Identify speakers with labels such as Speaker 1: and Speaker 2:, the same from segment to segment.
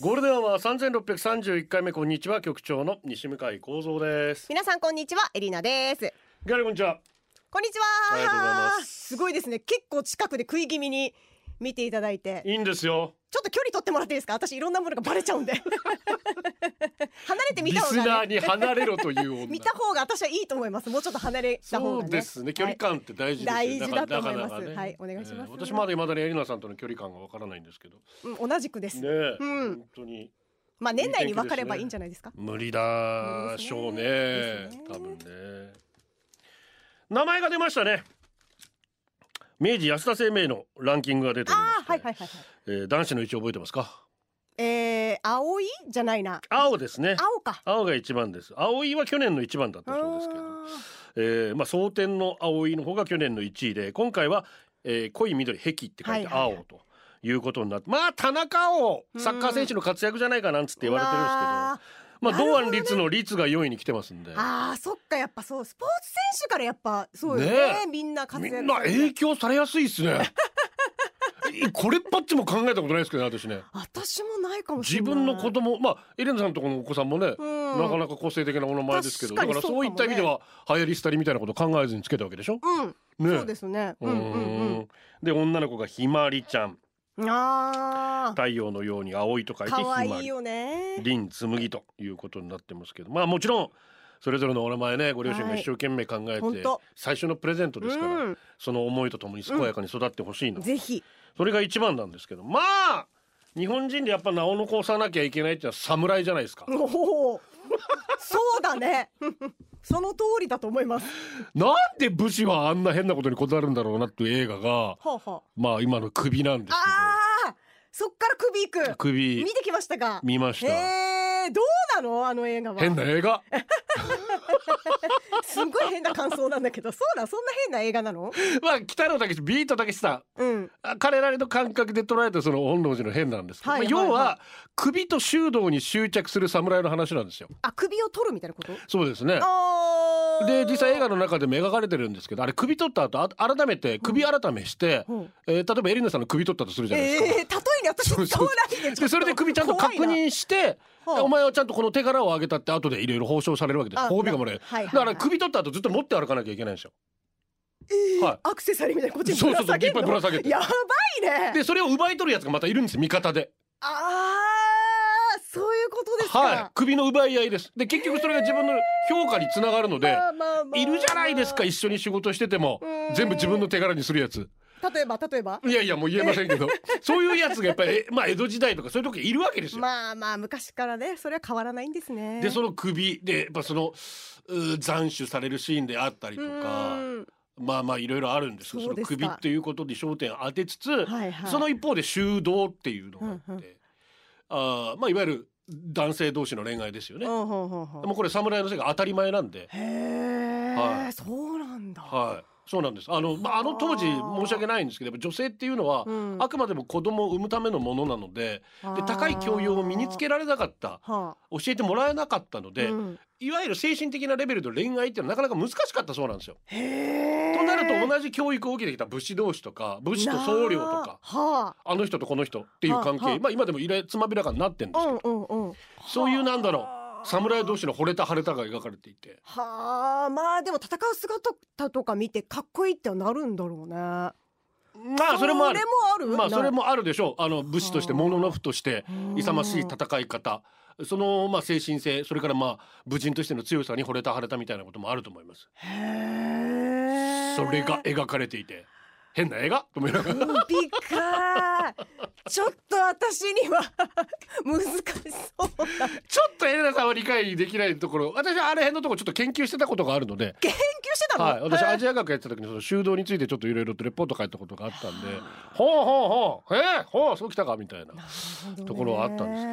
Speaker 1: ゴールデンは三千六百三十一回目こんにちは局長の西向井光三です。
Speaker 2: 皆さんこんにちはエリナです
Speaker 1: ギャルこんにちは。
Speaker 2: こんにち
Speaker 1: ありがとうござい
Speaker 2: は
Speaker 1: ます
Speaker 2: すごいですね結構近くで食い気味に見ていただいて
Speaker 1: いいんですよ。
Speaker 2: ちょっと距離取ってもらっていいですか私いろんなものがバレちゃう んで離れてみ
Speaker 1: リ
Speaker 2: た
Speaker 1: ス
Speaker 2: 方
Speaker 1: ナ
Speaker 2: が、
Speaker 1: ー
Speaker 2: ね、
Speaker 1: に離れろという女。
Speaker 2: 見た方が私はいいと思いますもうちょっと離れた方
Speaker 1: そ
Speaker 2: が、ね、
Speaker 1: うですね距離感って大事ですよ、
Speaker 2: はい大事だと思います
Speaker 1: なかなか
Speaker 2: はいお願いします
Speaker 1: えー私まだ未だにエリナさんとの距離感がわからないんですけど。ね
Speaker 2: はいうん同じくです、
Speaker 1: え、
Speaker 2: うん
Speaker 1: 本当に
Speaker 2: まあ年内に分かればいいんじゃないですか
Speaker 1: 無理だでしょうね
Speaker 2: ですね
Speaker 1: 多分ね。名前が出ましたね。明治安田生命のランキングが出ております、
Speaker 2: ああーはいはいはいはい
Speaker 1: えー男子の位置覚えてますか。
Speaker 2: えー、青いじゃないな
Speaker 1: 青ですね。
Speaker 2: 青か
Speaker 1: 青が一番です。葵は去年の一番だったそうですけど、えー、まあ蒼天の葵の方が去年の一位で、今回は、えー、濃い緑壁って書いて
Speaker 2: はいはい
Speaker 1: 青ということになって、まあ田中をサッカー選手の活躍じゃないかなんつって言われてるんですけど、まあ
Speaker 2: なるほ
Speaker 1: 堂
Speaker 2: どね
Speaker 1: 安律の律が4位に来てますんで、
Speaker 2: あーそっかやっぱそうスポーツ選手からやっぱそうよね
Speaker 1: ねえ
Speaker 2: みんな活
Speaker 1: み
Speaker 2: 躍する
Speaker 1: んな影響されやすいです ね。えこれっぱっちも考えたことないですけどね、私ね。
Speaker 2: 私もないかもし
Speaker 1: 自
Speaker 2: れない
Speaker 1: 分の子供、まあエレンさんとこのお子さんもね、
Speaker 2: うん
Speaker 1: なかなか個性的なお名前ですけど、だ
Speaker 2: 確
Speaker 1: か
Speaker 2: かに
Speaker 1: らそういった意味では流行り廃りみたいなこと考えずにつけたわけでしょ。
Speaker 2: うん、
Speaker 1: ね
Speaker 2: そうですねうんうん
Speaker 1: んで女の子がひまりちゃん
Speaker 2: うんあ
Speaker 1: 太陽のように青いと書いて
Speaker 2: ー
Speaker 1: ひ
Speaker 2: 可
Speaker 1: ま
Speaker 2: 愛い
Speaker 1: り
Speaker 2: よね
Speaker 1: 凛紬ということになってますけどまあもちろんそれぞれのお名前ねご両親が
Speaker 2: はい
Speaker 1: 一生懸命考えて、
Speaker 2: ほんと
Speaker 1: 最初のプレゼントですから、
Speaker 2: うん
Speaker 1: その思いとともに健やかに育ってほしいな、
Speaker 2: ぜひ
Speaker 1: それが一番なんですけどまあ日本人でやっぱ名を残さなきゃいけないっていうのは侍じゃないですか、
Speaker 2: おおそうだね その通りだと思います
Speaker 1: なんで武士はあんな変なことにこだわるんだろうなっていう映画が
Speaker 2: はあ、は
Speaker 1: まあ今の首なんです
Speaker 2: あ、あーそっから首い
Speaker 1: けど
Speaker 2: く
Speaker 1: 首
Speaker 2: 見てきましたか
Speaker 1: 見ました
Speaker 2: えー、どうなのあの映画は
Speaker 1: 変な映画
Speaker 2: すごい変な感想なんだけどそうなんそんな変な映画なの
Speaker 1: まあ北野武ビートたけしさん
Speaker 2: うん
Speaker 1: あ彼らの感覚で捉えたその本能寺の変なんですけど、
Speaker 2: はい
Speaker 1: まあ
Speaker 2: はい
Speaker 1: 要
Speaker 2: は
Speaker 1: は首と修道に執着する侍の話なんですよ
Speaker 2: あ首を取るみたいなこと
Speaker 1: そうですね
Speaker 2: あー
Speaker 1: で実際映画の中でも描かれてるんですけどあれ首取った後あ改めて首改めして、
Speaker 2: うん
Speaker 1: えー例えばエリナさんの首取ったとするじゃないですか、
Speaker 2: ええー、例えに私使わないでちょっと
Speaker 1: でそれで首ちゃんと確
Speaker 2: 怖いな
Speaker 1: 認して
Speaker 2: はあ
Speaker 1: お前はちゃんとこの手柄をあげたって後でいろいろ報奨されるわけです
Speaker 2: あ
Speaker 1: 褒美がもらえる、
Speaker 2: はいはい
Speaker 1: だから首取った後ずっと持って歩かなきゃいけないんですよ、は
Speaker 2: アクセサリーみたいなこっちに
Speaker 1: そう
Speaker 2: ぶ
Speaker 1: そ
Speaker 2: ら
Speaker 1: うそう
Speaker 2: 下げ
Speaker 1: いっぱいぶら下げて
Speaker 2: てやばい
Speaker 1: い、
Speaker 2: ね
Speaker 1: でそれを奪い取るやつがまたいるんです味方で
Speaker 2: ああそういうことですか、
Speaker 1: はい、首の奪い合いですで結局それが自分の評価につながるので
Speaker 2: まあまあまあ
Speaker 1: いるじゃないですか一緒に仕事してても
Speaker 2: うん
Speaker 1: 全部自分の手柄にするやつ
Speaker 2: 例えば例えば
Speaker 1: いやいやもう言えませんけ どそういうやつがやっぱり、えまあ、江戸時代とかそういう時いるわけですよ。
Speaker 2: まあまあ昔からねそれは変わらないんですね
Speaker 1: でその首でやっぱそのうー斬首されるシーンであったりとか
Speaker 2: うん
Speaker 1: まあまあいろいろあるんですけどそ
Speaker 2: そう
Speaker 1: の
Speaker 2: ですか
Speaker 1: 首っていうことに焦点を当てつつ、
Speaker 2: はいはい
Speaker 1: その一方で修道っていうのがあって、
Speaker 2: うんうん
Speaker 1: あーまあ、いわゆる男性同士の恋愛ですよね。
Speaker 2: ほうほうほうほう
Speaker 1: もうこれ侍の世界当たり前なんで
Speaker 2: へえ、
Speaker 1: はい
Speaker 2: そうなんだ、
Speaker 1: はい、そうなんです。あの、まあ、あの当時申し訳ないんですけど、やっぱ女性っていうのは、
Speaker 2: うん
Speaker 1: あくまでも子供を産むためのものなので。で、高い教養を身につけ
Speaker 2: る
Speaker 1: られなかった、
Speaker 2: はあ
Speaker 1: 教えてもらえなかったので、
Speaker 2: うん
Speaker 1: いわゆる精神的なレベルの恋愛っていうのはなかなか難しかったそうなんですよ。
Speaker 2: へえ
Speaker 1: となると、同じ教育を受けてきた武士同士とか、武士と僧侶とか。
Speaker 2: は
Speaker 1: あの人とこの人っていう関
Speaker 2: はあは
Speaker 1: 係、
Speaker 2: あ
Speaker 1: まあ、今でもいれつまびらかになってんで
Speaker 2: あ
Speaker 1: すけ
Speaker 2: う
Speaker 1: ど
Speaker 2: ん、うんうん
Speaker 1: そういうなんだろう。侍同士の惚れた晴れたが描かれていて。
Speaker 2: はあまあでも戦う姿とか見てかっこいいってなるんだろうね。ま
Speaker 1: まあ、それもある。まあそれ
Speaker 2: も
Speaker 1: もあるでしょうあの武士として
Speaker 2: はあ
Speaker 1: モノノフとして
Speaker 2: うん
Speaker 1: 勇ましい戦い方そのまあ精神性それからまあ武人としての強さに惚れた晴れたみたいなこともあると思います
Speaker 2: へえ
Speaker 1: それが描かれていて変な映画と思いながら
Speaker 2: ピカーちょっと私には 難しそうな研
Speaker 1: ちょっとエレナさんは理解できないところ私はあれ辺のところちょっと研究してたことがあるので、
Speaker 2: 究してたの、
Speaker 1: はい、私
Speaker 2: へえ
Speaker 1: アジア学やってた時にその修道についてちょっといろいろとレポート書いたことがあったんでほうほうほうえー、ほうそうきたかみたいなところはあったんです
Speaker 2: へ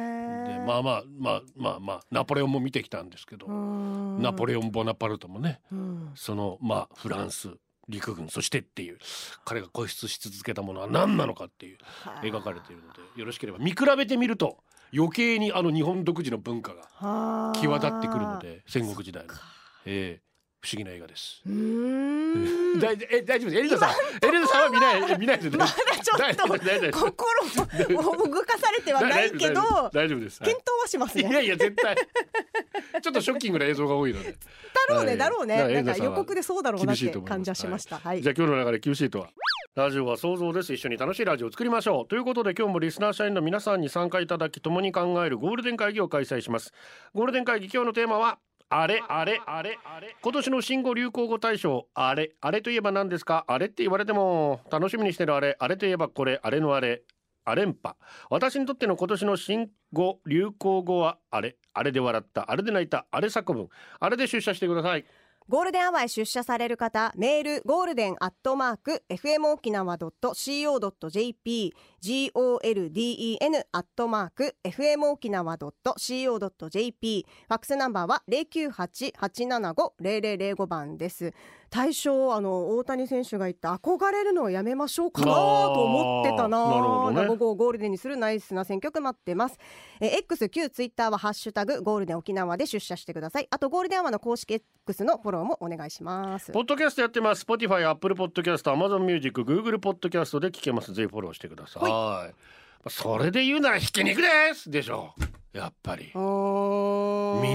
Speaker 1: で
Speaker 2: え
Speaker 1: まあまあまあまあまあナポレオンも見てきたんですけど、ナポレオン・ボナパルトもね
Speaker 2: オン、うん
Speaker 1: そのまあフランス陸軍そしてっていう彼が固執し続けたものは何なのかっていう描かれているのでよろしければ見比べてみると余計にあの日本独自の文化が際立ってくるので戦国時代の、ええ不思議な映画です。
Speaker 2: うーん
Speaker 1: 大え大丈夫ですエリザさんエリザさんは見ないえ見ないですね。まだ
Speaker 2: ちょっと
Speaker 1: 大丈夫です
Speaker 2: 心も動かされてはないけど
Speaker 1: 大丈夫です。大丈夫です
Speaker 2: 検討はします
Speaker 1: い
Speaker 2: ね
Speaker 1: やいや絶対ちょっとショッキングな映像が多いので
Speaker 2: だろう
Speaker 1: は
Speaker 2: ね
Speaker 1: い
Speaker 2: だろう
Speaker 1: だから
Speaker 2: ねな
Speaker 1: 遠藤
Speaker 2: んか
Speaker 1: さんは
Speaker 2: 予告でそうだろうな
Speaker 1: 厳
Speaker 2: っ
Speaker 1: しい
Speaker 2: て
Speaker 1: と思います
Speaker 2: 感じはしましたはい
Speaker 1: じゃあ今日の流れ厳しいとはラジオは想像です一緒に楽しいラジオを作りましょうということで今日もリスナー社員の皆さんに参加いただき共に考えるゴールデン会議を開催しますゴールデン会議今日のテーマはあれあれあれあれ今年の新語・流行語大賞あれあれといえば何ですかあれって言われても楽しみにしてるあれあれといえばこれあれのあれあれんぱ私にとっての今年の新語・流行語はあれあれで笑ったあれで泣いたあれ作文あれで出社してください
Speaker 2: ゴールデンアワーへ出社される方、メール、ゴールデンアットマーク、fmokinawa.co.jp、golden アットマーク、fmokinawa.co.jp、ファックスナンバーは098-875-0005番です。対象、あの、大谷選手が言った憧れるのをやめましょうかなと思ってたな
Speaker 1: あーなるほどね
Speaker 2: 午後をゴールデンにするナイスな選挙区待ってます。えー X、旧ツイッターはハッシュタグゴールデン沖縄で出社してください。あとゴールデンアワーの公式 X のフォローもお願いします。
Speaker 1: ポッドキャストやってます。Spotify、Apple Podcast、Amazon Music、Google Podcast で聞けます。ぜひフォローしてください。まあそれで言うならひき肉ですでしょう。やっぱり。み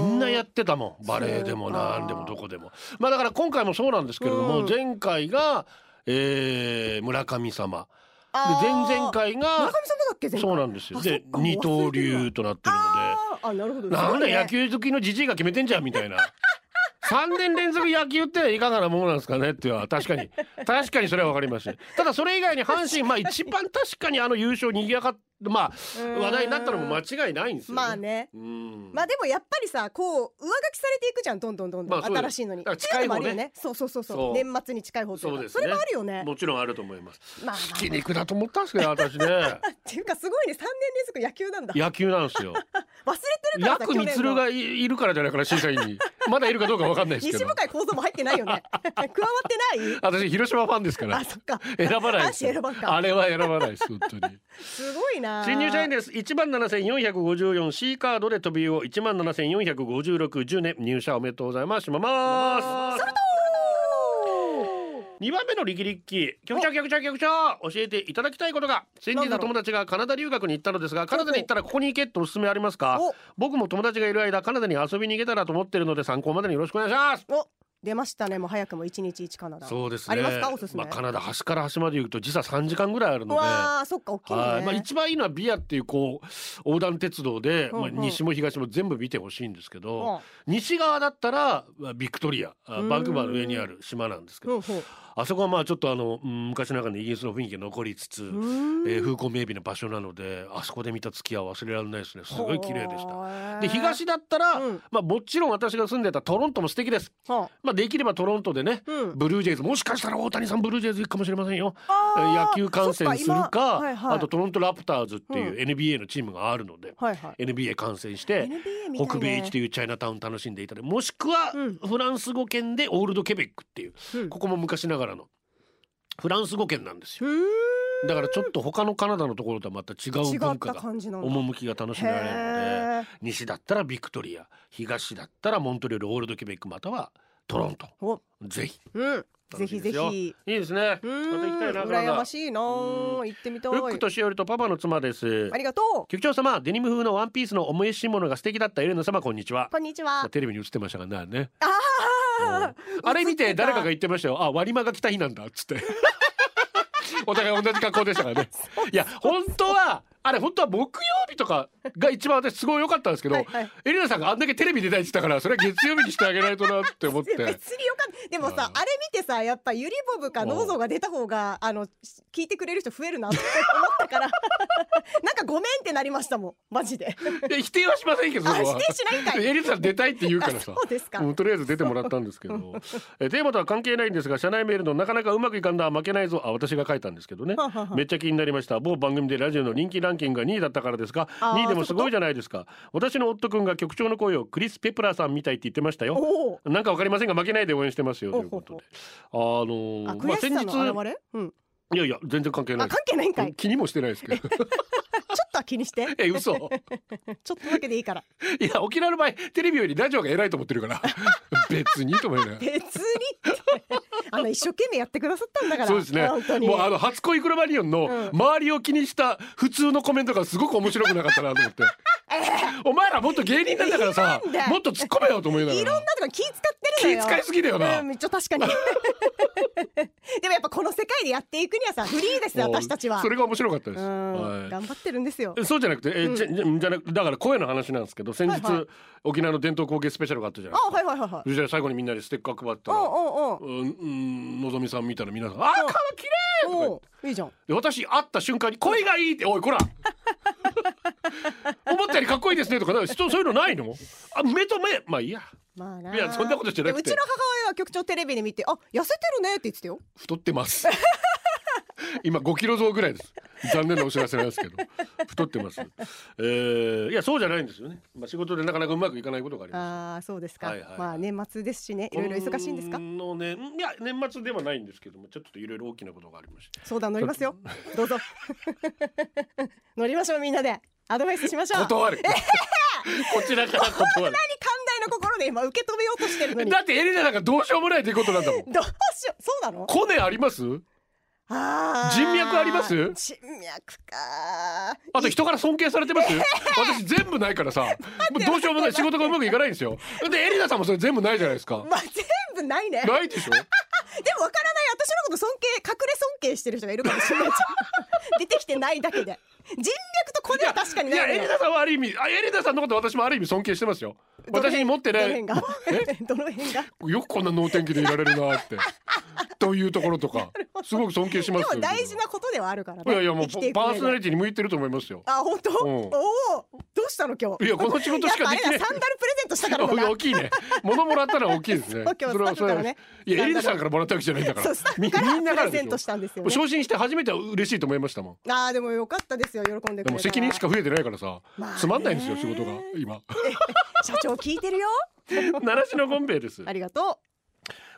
Speaker 2: み
Speaker 1: んなやってたもん。バレエでも
Speaker 2: そうか
Speaker 1: 何でもどこでも。まあだから今回もそうなんですけれども、
Speaker 2: うん
Speaker 1: 前回が、えー村神様。で
Speaker 2: あー
Speaker 1: 前々回
Speaker 2: 村上
Speaker 1: が
Speaker 2: さんもだっけ前回
Speaker 1: そうなんですよ。
Speaker 2: あ
Speaker 1: で
Speaker 2: そっか
Speaker 1: 二刀
Speaker 2: 忘れてるわ
Speaker 1: 流となってるので。
Speaker 2: あーあなるほど。
Speaker 1: なん
Speaker 2: すごい
Speaker 1: だ
Speaker 2: ね
Speaker 1: 野球好きのじじいが決めてんじゃんみたいな。3年連続野球っていかがなものなんですかねっていうのは確かに確かにそれはわかりますただそれ以外に阪神まあ一番確かにあの優勝にぎやかっまあ話題になったのも間違いないんですよね。
Speaker 2: まあね。
Speaker 1: うん
Speaker 2: まあでもやっぱりさこう上書きされていくじゃんどんどんどんどん、
Speaker 1: まあそうです
Speaker 2: 新しいの
Speaker 1: だ
Speaker 2: に
Speaker 1: から近い方ね
Speaker 2: ってうのもあるよねそうそうそうそう
Speaker 1: そう
Speaker 2: 年末に近い方というか
Speaker 1: そうですね
Speaker 2: れもあるよね
Speaker 1: もちろんあると思います。
Speaker 2: まあまあ
Speaker 1: ひき肉だと思ったんですけど私ね
Speaker 2: っていうかすごいね三年連続野 球なんだ忘れ
Speaker 1: 野球なんですよ。
Speaker 2: てるからさ
Speaker 1: ヤクミツルが
Speaker 2: 去年の
Speaker 1: いいるからじゃないから審査員にまだいるかどうかわかんないです
Speaker 2: 西
Speaker 1: けど
Speaker 2: 向。井構造も入ってないよね 加わってない
Speaker 1: 私広島ファンですから
Speaker 2: あ、そっか。
Speaker 1: 選ばないですよ
Speaker 2: 阪神選ばんか
Speaker 1: あれは選ばないです本当に。
Speaker 2: すごいな。
Speaker 1: 新入社員です1万7454 C カードで飛びを1万745610年入社おめでとうございますしまます2番目のリキリッキー局長局長局長教えていただきたいことが先
Speaker 2: なん
Speaker 1: 日
Speaker 2: だろう
Speaker 1: 友達がカナダ留学に行ったのですがカナダに行ったらここに行けっておすすめありますか
Speaker 2: お
Speaker 1: 僕も友達がいる間カナダに遊びに行けたらと思ってるので参考までによろしくお願いします
Speaker 2: お、出ましたね。もう早くも一日一カナダ。
Speaker 1: そうですね
Speaker 2: ありますかおすすめ。
Speaker 1: まあ、カナダ端から端まで行くと時差3時間ぐらいあるので
Speaker 2: わあ、そっか、大きい
Speaker 1: は
Speaker 2: ね。
Speaker 1: い、まあ、一番いいのはビアっていうこう横断鉄道で、
Speaker 2: うんうん
Speaker 1: まあ、西も東も全部見てほしいんですけ
Speaker 2: う
Speaker 1: ど、
Speaker 2: ん
Speaker 1: 西側だったらまあビクトリアあ
Speaker 2: うん
Speaker 1: バンクーバーの上にある島なんですけど、
Speaker 2: うんほう
Speaker 1: あそこはまあちょっとあのうん昔の中のイギリスの雰囲気が残りつつ、
Speaker 2: うん
Speaker 1: えー風光明媚な場所なのであそこで見た月は忘れられないですねすごい綺麗でした。
Speaker 2: ほう
Speaker 1: で東だったら、
Speaker 2: うん
Speaker 1: まあ、もちろん私が住んでたトロントも素敵です、
Speaker 2: は
Speaker 1: まあ、できればトロントでね、
Speaker 2: うん
Speaker 1: ブルージェイズもしかしたら大谷さんブルージェイズ行くかもしれませんよ
Speaker 2: あ
Speaker 1: 野
Speaker 2: ー
Speaker 1: 球観戦する
Speaker 2: そ
Speaker 1: か
Speaker 2: っ今はいはい
Speaker 1: あとトロントラプターズっていうう NBA のチームがあるので、
Speaker 2: はいはい。
Speaker 1: NBA 観戦して
Speaker 2: NBA みたいね
Speaker 1: 北米一というチャイナタウン楽しんでいたりもしくは
Speaker 2: うん
Speaker 1: フランス語圏でオールドケベックっていう、
Speaker 2: うん
Speaker 1: ここも昔ながらのフランス語圏なんですよ
Speaker 2: う
Speaker 1: だからちょっと他のカナダのところとはまた違
Speaker 2: ーん
Speaker 1: う
Speaker 2: 違っ
Speaker 1: 文化
Speaker 2: た
Speaker 1: が
Speaker 2: 感じなんだ。
Speaker 1: 趣が楽しめられるので
Speaker 2: へえ。
Speaker 1: 西だったらビクトリア東だったらモントリオールオールドケベックまたはトロント
Speaker 2: お、
Speaker 1: ぜひ
Speaker 2: うん。ぜ
Speaker 1: 楽し
Speaker 2: ひ
Speaker 1: みで
Speaker 2: ぜ
Speaker 1: すよ
Speaker 2: ひ。
Speaker 1: いいですねまた行き
Speaker 2: う
Speaker 1: たいな
Speaker 2: ーん。
Speaker 1: カナダ
Speaker 2: 羨ましいな。行ってみたい。
Speaker 1: フック年寄りとパパの妻です
Speaker 2: ありがと
Speaker 1: 局長様デニム風のワンピースのお召し物が素敵だったエレナ様こんにちは
Speaker 2: う。こんにち
Speaker 1: ま
Speaker 2: は
Speaker 1: あ。テレビに映ってましたからね
Speaker 2: あ
Speaker 1: ああれ見て誰かが言ってましたよあ割り間が来た日なんだっつって お互い同じ格好でしたからねいや本当はあれ本当は木曜日とかが一番私都合良かったんですけど、
Speaker 2: はいはい
Speaker 1: エリナさんがあんだけテレビ出たいって言ったからそれは月曜日にしてあげないとなって思って
Speaker 2: 別によかんでもさ、
Speaker 1: うん
Speaker 2: あれ見てさやっぱゆりボブかノーゾーが出た方があのし聞いてくれる人増えるなって思ったから なんかごめんってなりましたもんマジで
Speaker 1: いや否定はしませんけど
Speaker 2: あ
Speaker 1: そこは
Speaker 2: 否定しないんかい
Speaker 1: エリナさん出たいって言うからさ
Speaker 2: あそうですか
Speaker 1: うんとりあえず出ても らったんですけどえテーマとは関係ないんですが社内メールのなかなかうまくいかんだ負けないぞあ私が書いたたんですけどね
Speaker 2: はあはあはあ
Speaker 1: めっちゃ気になりました某番組でラジオの人気ランキングが2位だったからですが
Speaker 2: あー
Speaker 1: 2位でもすごいじゃないですか私の夫君が局長の声をクリス・ペプラーさんみたいって言ってましたよ
Speaker 2: おお。
Speaker 1: なんかわかりませんが負けないで応援してますよということであの
Speaker 2: あ、
Speaker 1: ー、ま
Speaker 2: 悔
Speaker 1: あ
Speaker 2: し
Speaker 1: 先
Speaker 2: さ
Speaker 1: 日
Speaker 2: の表れ？うん。
Speaker 1: いやいや全然関係な
Speaker 2: あ、
Speaker 1: い
Speaker 2: 関係ないんか
Speaker 1: で
Speaker 2: い。
Speaker 1: す
Speaker 2: ち
Speaker 1: 気にもしてないですけど
Speaker 2: ょっとは気にして。
Speaker 1: え嘘
Speaker 2: ちょっとだけでいいから。
Speaker 1: いや沖縄の場合テレビよりラジオが偉いと思ってるから 別にと思いながら
Speaker 2: 別に って。あの一生懸命やってくださったんだから。
Speaker 1: そうですね
Speaker 2: 本当に。
Speaker 1: もうあの初恋クロマニオン
Speaker 2: うん
Speaker 1: の周りを気にした普通のコメントがすごく面白くなかったなと思 って、お前らもっと芸人なんだからさ
Speaker 2: なんだ
Speaker 1: もっと突っ込めよと思いなが
Speaker 2: いろんな
Speaker 1: ら
Speaker 2: とこ気使って
Speaker 1: 気
Speaker 2: るのよ。
Speaker 1: 遣いすぎだよな、
Speaker 2: うん、めっちゃ確 かに。でもやっぱこの世界でやっていくにはさ、フリーです
Speaker 1: もう
Speaker 2: 私たちは。
Speaker 1: それが面白かったで
Speaker 2: う
Speaker 1: す、
Speaker 2: ん、
Speaker 1: は
Speaker 2: 頑張ってるんですよ。
Speaker 1: い、そうじゃなくて、え
Speaker 2: うん
Speaker 1: じゃじゃじゃなくだから声の話なんですけど先日、
Speaker 2: はいはい
Speaker 1: 沖縄の伝統工芸スペシャルがあったじゃないです
Speaker 2: あ、
Speaker 1: か、
Speaker 2: はいはいはいはい。
Speaker 1: そしたら最後にみんなでステッカー配った
Speaker 2: おう
Speaker 1: ら、
Speaker 2: おう
Speaker 1: うんうんのぞみさん見たら皆さん「あー顔きれい!」
Speaker 2: おう。おう、いいじゃん。
Speaker 1: で私会った瞬間に「声がいい!」って「おいこら! 」思ったよりかっこいいですねとかだから人そういうのないのあ目と目まあいいや
Speaker 2: まあな。
Speaker 1: いやそんなことじゃなくて
Speaker 2: でもうちの母親は局長テレビで見て、あ、痩せてるねって言ってたよ。
Speaker 1: 太ってます 今5キロ増ぐらいです残念なお知らせなんですけど太ってます、えー、いやそうじゃないんですよね、まあ、仕事でなかなかうまくいかないことがあります
Speaker 2: ああ、そうですか。
Speaker 1: はいはいはい
Speaker 2: まあ年末ですしね、いろいろ忙しいんですか
Speaker 1: こ。のねいや年末ではないんですけどもちょっといろいろ大きなことがありまして
Speaker 2: 相談乗りますよ。どう ぞ。乗りましょうみんなで。アドバイスしましょう。
Speaker 1: 断る こちらから 断る
Speaker 2: 寛大な心で今受け止めようとしてるのに。
Speaker 1: だってエリナなんかどうしようもないということなんだもん
Speaker 2: どうしよう。そうなの？
Speaker 1: コネあります
Speaker 2: あー
Speaker 1: 人脈あります
Speaker 2: 人脈か。
Speaker 1: あと人から尊敬されてます私全部ない からさもうどうしようもない仕事がうまくいかないんですよでエリナさんもそれ全部ないじゃないですか
Speaker 2: まあ全部 ないね。でもわ
Speaker 1: ないでしょ
Speaker 2: からない私のこと尊敬隠れ尊敬してる人がいるかもしれないじゃん。出てきてないだけで。人脈とコネは確かに
Speaker 1: い
Speaker 2: な
Speaker 1: やエ
Speaker 2: いの
Speaker 1: リ
Speaker 2: よ。
Speaker 1: ナさんはある意味あエリナさんのこと私もある意味尊敬してますよ
Speaker 2: どの辺
Speaker 1: 私に持って
Speaker 2: どの
Speaker 1: ね
Speaker 2: 辺が？ どの辺が？
Speaker 1: よくこんな能天気でいられるな ってというところとかすごく尊敬し
Speaker 2: で
Speaker 1: ますよ
Speaker 2: も大事なことではあるから
Speaker 1: い
Speaker 2: ね。
Speaker 1: やいやもう
Speaker 2: 生きていく
Speaker 1: パ
Speaker 2: 上
Speaker 1: ー
Speaker 2: で
Speaker 1: ソナリティに向いてると思いますよ
Speaker 2: あ本当？
Speaker 1: うん
Speaker 2: おおどうしたの今日？
Speaker 1: いやこの仕事しかできない
Speaker 2: やっぱあれだサンダルプレゼントしたからだな。
Speaker 1: 大きいね物もらったら大きい ですね
Speaker 2: そう今日スタッフからね
Speaker 1: いやエリナさんからもらったわけじゃないんだから
Speaker 2: そうスタッフか
Speaker 1: みみんなからら
Speaker 2: プ
Speaker 1: で
Speaker 2: レ
Speaker 1: し
Speaker 2: ゼ
Speaker 1: ょ
Speaker 2: ントしたんですよ
Speaker 1: もう
Speaker 2: ね。
Speaker 1: 昇進して初めては嬉しいと思いましたもん。
Speaker 2: ああでもよかったですよ喜んでくれ
Speaker 1: で
Speaker 2: た。
Speaker 1: も責任しか増えてないからさ、
Speaker 2: まあね
Speaker 1: つまんないんですよ仕事が 今。
Speaker 2: 社長聞いてるよ。
Speaker 1: 奈良市のゴンベイです
Speaker 2: あ。りがと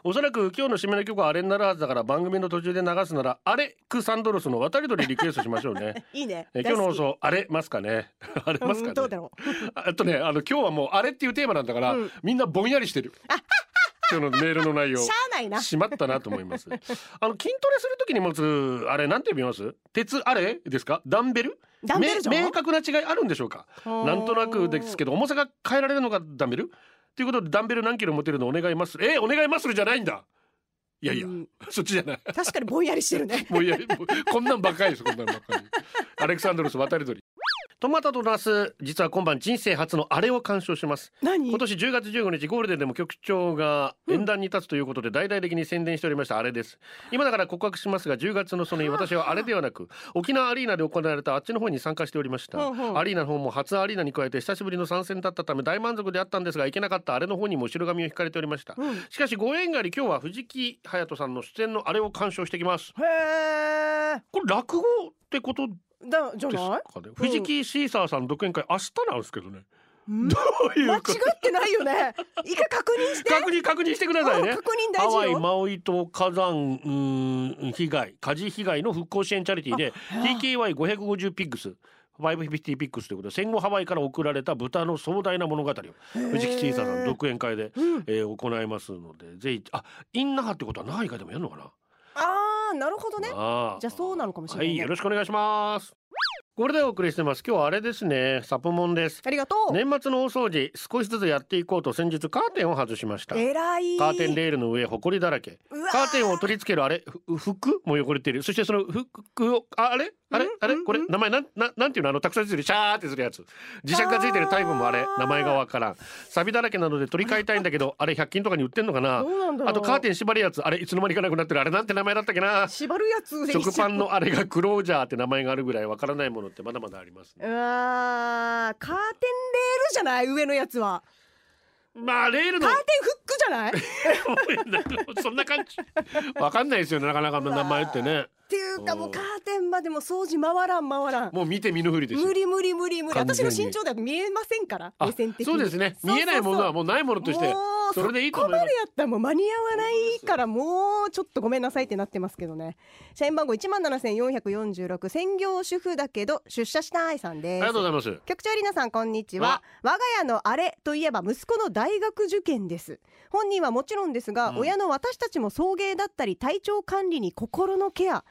Speaker 1: おそらく今日の締めの曲はあれになるはずだから番組の途中で流すならアレクサンドロスの渡り鳥リクエストしましょう ね。
Speaker 2: う。いいね。
Speaker 1: え今日の放
Speaker 2: 大好
Speaker 1: 送あれますかね。 あれ
Speaker 2: き
Speaker 1: ますか
Speaker 2: うん
Speaker 1: ね。
Speaker 2: どうだろう。
Speaker 1: ああとねあの今日はもうあれっていうテーマなんだから、
Speaker 2: うん
Speaker 1: みんなぼんやり してる。今日のメールの内容。
Speaker 2: しゃあないな。
Speaker 1: しまったなと思います。あの筋トレするときに持つあれなんて呼びます？鉄あれですか？ダンベル？
Speaker 2: ダンベルじゃん
Speaker 1: め明確な違いあるんでしょうか？なんとなくですけ
Speaker 2: ど。
Speaker 1: ど重さが変えられるのがダンベル？ということでダンベル何キロ持てるのお願います。えー、お願いまするじゃないんだ。いやいや、
Speaker 2: うん
Speaker 1: そっちじゃない。
Speaker 2: 確かにぼんやりしてるね。
Speaker 1: もういやもうこんなんばっかりですこんなんばっかり。アレクサンドロス渡り鳥。トマトとナス実は今晩人生初のあれを鑑賞します。
Speaker 2: 何？
Speaker 1: 今年10月15日ゴールデンでも局長が演壇に立つということで大々的に宣伝しておりましたあれです今だから告白しますが10月のその日私はあれではなく沖縄アリーナで行われたあっちの方に参加しておりました
Speaker 2: ほうほう
Speaker 1: アリーナの方も初アリーナに加えて久しぶりの参戦だったため大満足であったんですが行けなかったあれの方にも後ろ髪を引かれておりました
Speaker 2: うん。へ
Speaker 1: しかしご縁があり今日は藤木隼人さんの出演のあれを鑑賞してきます
Speaker 2: え。
Speaker 1: これ落語ってことで
Speaker 2: だじゃ
Speaker 1: す
Speaker 2: ない？
Speaker 1: かね藤木シーサーさん独演会明日なんですけどね
Speaker 2: うん
Speaker 1: ど うい
Speaker 2: 間違
Speaker 1: うこと
Speaker 2: ってないよね。一回確認して。
Speaker 1: 確認確認してください
Speaker 2: うん
Speaker 1: ね
Speaker 2: 確認
Speaker 1: ハ
Speaker 2: 大
Speaker 1: ワ
Speaker 2: 事
Speaker 1: イ
Speaker 2: よ。
Speaker 1: マウイ島火山うーん被害火事被害の復興支援チャリティーで TKY550 ピッグス550ピッグスということで戦後ハワイから送られた豚の壮大な物語を藤木シーサーさん独演会で、
Speaker 2: うん。
Speaker 1: えー行いますのでぜひあインナハってことは那覇以外でもやるのかな
Speaker 2: ああなるほどね。
Speaker 1: ああ
Speaker 2: じゃあそうなのかもしれない
Speaker 1: は
Speaker 2: ね
Speaker 1: いよろしくお願いしますこれでお送りしてます今日はあれですねサプモンです
Speaker 2: ありがとう。
Speaker 1: 年末の大掃除少しずつやっていこうと先日カーテンを外しました
Speaker 2: えらい。
Speaker 1: カーテンレールの上ほこりだらけ
Speaker 2: うわ
Speaker 1: カーテンを取り付けるあれふ服も汚れているそしてその服をああれあれあれこれ名前なんななんていうのあのたくさんついてるシャーってするやつ磁石がついてるタイプもあれ
Speaker 2: あー
Speaker 1: 名前がわからんサビだらけなので取り替えたいんだけどあれ100均とかに売ってんのかな
Speaker 2: どうなんだろう
Speaker 1: あとカーテン縛るやつあれいつの間にかなくなってるあれなんて名前だったっけな
Speaker 2: 縛るやつで一緒
Speaker 1: 食パンのあれがクロージャーって名前があるぐらいわからないものってまだまだありますね
Speaker 2: うわーカーテンレールじゃない上のやつは
Speaker 1: まあレールの
Speaker 2: カーテンフックじゃないっ
Speaker 1: そんな感じわかんないですよねなかなかの名前ってね
Speaker 2: ていうかもうカーテンまでも掃除回らん回らん
Speaker 1: もう見て見ぬふりですよ
Speaker 2: 無理無理無理無理
Speaker 1: 完
Speaker 2: 私
Speaker 1: 全
Speaker 2: の
Speaker 1: に
Speaker 2: 身長では見えませんから
Speaker 1: あ
Speaker 2: 目線的に
Speaker 1: そうですね
Speaker 2: そうそうそう
Speaker 1: 見えないものはもうないものとして
Speaker 2: もう
Speaker 1: それでいいと思います
Speaker 2: そこまでやったらもう間に合わないからもうちょっとごめんなさいってなってますけどね社員番号17,446専業主婦だけど出社した愛さん
Speaker 1: あり
Speaker 2: です
Speaker 1: がとうございます
Speaker 2: 局長りなさんこんにちは我が家のあれといえば息子の大学受験です本人はもちろんですが、
Speaker 1: うん
Speaker 2: 親の私たちも送迎だったり体調管理に心のケア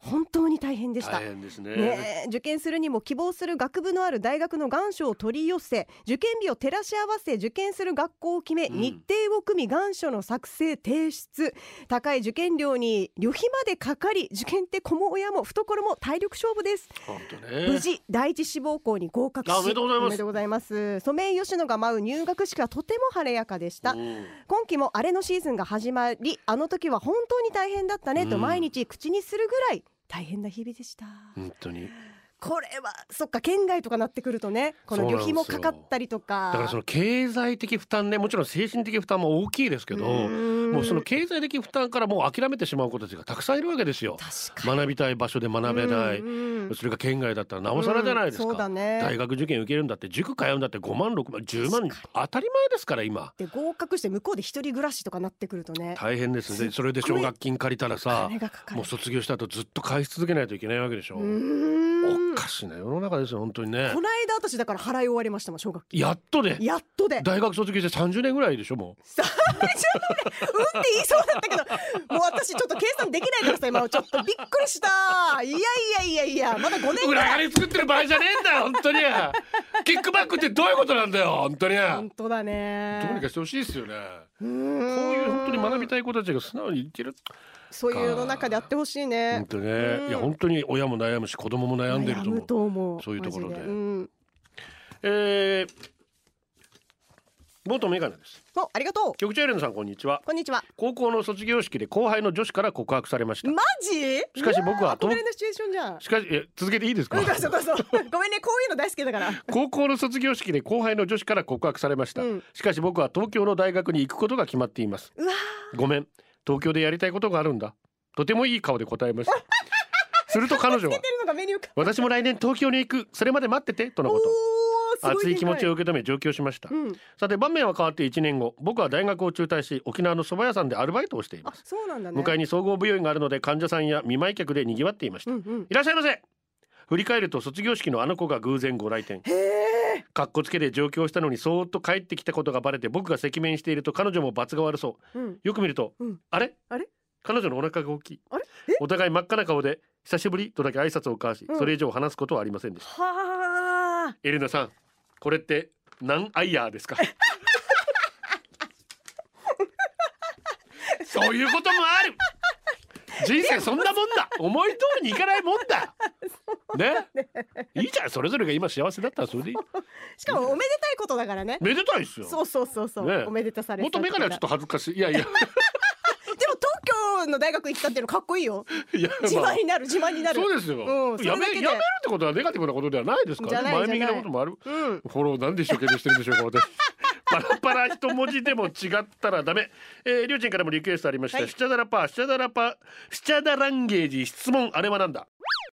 Speaker 2: 本当に大変でした
Speaker 1: 大変ですね
Speaker 2: ねえ、受験するにも希望する学部のある大学の願書を取り寄せ受験日を照らし合わせ受験する学校を決め、
Speaker 1: うん
Speaker 2: 日程を組み願書の作成提出高い受験料に旅費までかかり受験って子も親も懐も体力勝負です、
Speaker 1: 本当
Speaker 2: 無
Speaker 1: ね
Speaker 2: 事第一志望校に合格し
Speaker 1: あおめでとうございます
Speaker 2: おめでとうございますソメイヨシノが舞う入学式はとても晴れやかでした
Speaker 1: うん
Speaker 2: 今期もあれのシーズンが始まりあの時は本当に大変だったね
Speaker 1: う
Speaker 2: と
Speaker 1: ん
Speaker 2: 毎日口にするぐらい大変な日々でした、
Speaker 1: 本当に
Speaker 2: これはそっか県外とかなってくるとねこの旅費もかかったりとか
Speaker 1: だからその経済的負担ねもちろん精神的負担も大きいですけど
Speaker 2: ん
Speaker 1: もうその経済的負担からもう諦めてしまう子たちがたくさんいるわけですよ
Speaker 2: 確かに
Speaker 1: 学びたい場所で学べないそれが県外だったらなおさらじゃないです
Speaker 2: そうだ
Speaker 1: か
Speaker 2: ね
Speaker 1: 大学受験受けるんだって塾通うんだって5万6万10万当たり前ですから今
Speaker 2: で合格して向こうで一人暮らしとかなってくるとね
Speaker 1: 大変です
Speaker 2: すっご
Speaker 1: ね
Speaker 2: い
Speaker 1: それで奨学金借りたらさ
Speaker 2: 金がかかる
Speaker 1: もう卒業した後ずっと返し続けないといけないわけでしょ
Speaker 2: うーん
Speaker 1: おかしな世の中ですよ本当にね
Speaker 2: この間私だから払い終わりましたもん小学
Speaker 1: やっとで
Speaker 2: やっとで
Speaker 1: 大学卒業して30年ぐらいでしょも
Speaker 2: さあめちゃめちゃうんって言いそうだったけどもう私ちょっと計算できないからさ今ちょっとびっくりしたいやいやいやいやまだ5年
Speaker 1: う
Speaker 2: ぐ
Speaker 1: 裏
Speaker 2: ら
Speaker 1: 金
Speaker 2: い
Speaker 1: 作ってる場合じゃねえんだよ本 当にキックバックってどういうことなんだよ本当に
Speaker 2: 本当だね
Speaker 1: どうにかしてほしいですよねこ
Speaker 2: こう
Speaker 1: うい
Speaker 2: いう
Speaker 1: 本当に学びたい子たちが素直にいける
Speaker 2: そういう世の中でやってほしいね
Speaker 1: 本。当ね、
Speaker 2: うん
Speaker 1: いや本当に親も悩むし子供も悩んでると思
Speaker 2: む
Speaker 1: う。
Speaker 2: と思う。
Speaker 1: そういうところで
Speaker 2: マジうん。
Speaker 1: えー、元メガネです。
Speaker 2: お、ありがとう。
Speaker 1: 局長エレンさんこんにちは。
Speaker 2: こんにちは。
Speaker 1: 高校の卒業式で後輩の女子から告白されました
Speaker 2: マ。ジ？
Speaker 1: しかし僕は
Speaker 2: 憧れのシチュエーションじゃん。
Speaker 1: しかしえ続けていいですか
Speaker 2: うん。どうぞどうぞ。ごめんね、こういうの大好きだから。
Speaker 1: 高校の卒業式で後輩の女子から告白されました、
Speaker 2: うん
Speaker 1: しかし僕は東京の大学に行くことが決まっています
Speaker 2: うわ
Speaker 1: ごめん東京でやりたいことがあるんだとてもいい顔で答えま したすると彼女は
Speaker 2: 出てるのがメニューか。
Speaker 1: 私も来年東京に行くそれまで待っててとの
Speaker 2: お
Speaker 1: こ
Speaker 2: お
Speaker 1: と、
Speaker 2: すご
Speaker 1: 熱
Speaker 2: いでか
Speaker 1: い気持ちを。受け止め上京しました、
Speaker 2: うん。
Speaker 1: さて場面は変わって1年後僕は大学を中退し沖縄の蕎麦屋さんでアルバイトをしてい
Speaker 2: あ
Speaker 1: ます、
Speaker 2: そうなんだね。
Speaker 1: 向かいに総合病院があるので患者さんや見舞い客で賑わっていました、
Speaker 2: うん
Speaker 1: い
Speaker 2: うん。
Speaker 1: らっしゃいませ振り返ると卒業式のあの子が偶然ご来店
Speaker 2: へえ。
Speaker 1: かっこつけで上京したのにそーっと帰ってきたことがバレて僕が赤面していると彼女も罰が悪そ
Speaker 2: うん。
Speaker 1: うよく見ると、
Speaker 2: うん
Speaker 1: あれ
Speaker 2: あれ
Speaker 1: 彼女のお腹が大きい
Speaker 2: あれえ
Speaker 1: お互い真っ赤な顔で久しぶりとだけ挨拶を交わし、
Speaker 2: うん
Speaker 1: それ以上話すことはありませんでした
Speaker 2: はあ。
Speaker 1: エレナさんこれって何アイヤーですか そういうこともある人生そんなもんだ思い通りにいかないもん だねいいじゃんそれぞれが今幸せだったらそれでいい
Speaker 2: しかもおめでたいことだからね。
Speaker 1: めでたいですよ
Speaker 2: そうそうそうそ
Speaker 1: ね
Speaker 2: う。
Speaker 1: え
Speaker 2: おめでたされ。
Speaker 1: 元メガネはちょっ。と恥ずかしいいやい や
Speaker 2: でも東京の大学行ったっていうのかっこいいよ。
Speaker 1: いや
Speaker 2: 自
Speaker 1: まあ
Speaker 2: 慢になる自慢になる。
Speaker 1: そうですよ、
Speaker 2: うんそれ
Speaker 1: や
Speaker 2: だ
Speaker 1: めや
Speaker 2: けで
Speaker 1: めるってことはネガティブなことではないですか
Speaker 2: じゃ
Speaker 1: ら、
Speaker 2: ない
Speaker 1: 前
Speaker 2: じ
Speaker 1: 向
Speaker 2: ゃない
Speaker 1: きなこともある
Speaker 2: う
Speaker 1: フ
Speaker 2: ん。
Speaker 1: ォローなんで一生懸命してるんで しょうか私パラパラ一文字でも違ったらダメえー、りょうちんからもリクエストありました、
Speaker 2: はい
Speaker 1: シチャダラパーシチャダラパーシチャダランゲージ質問あれはなんだ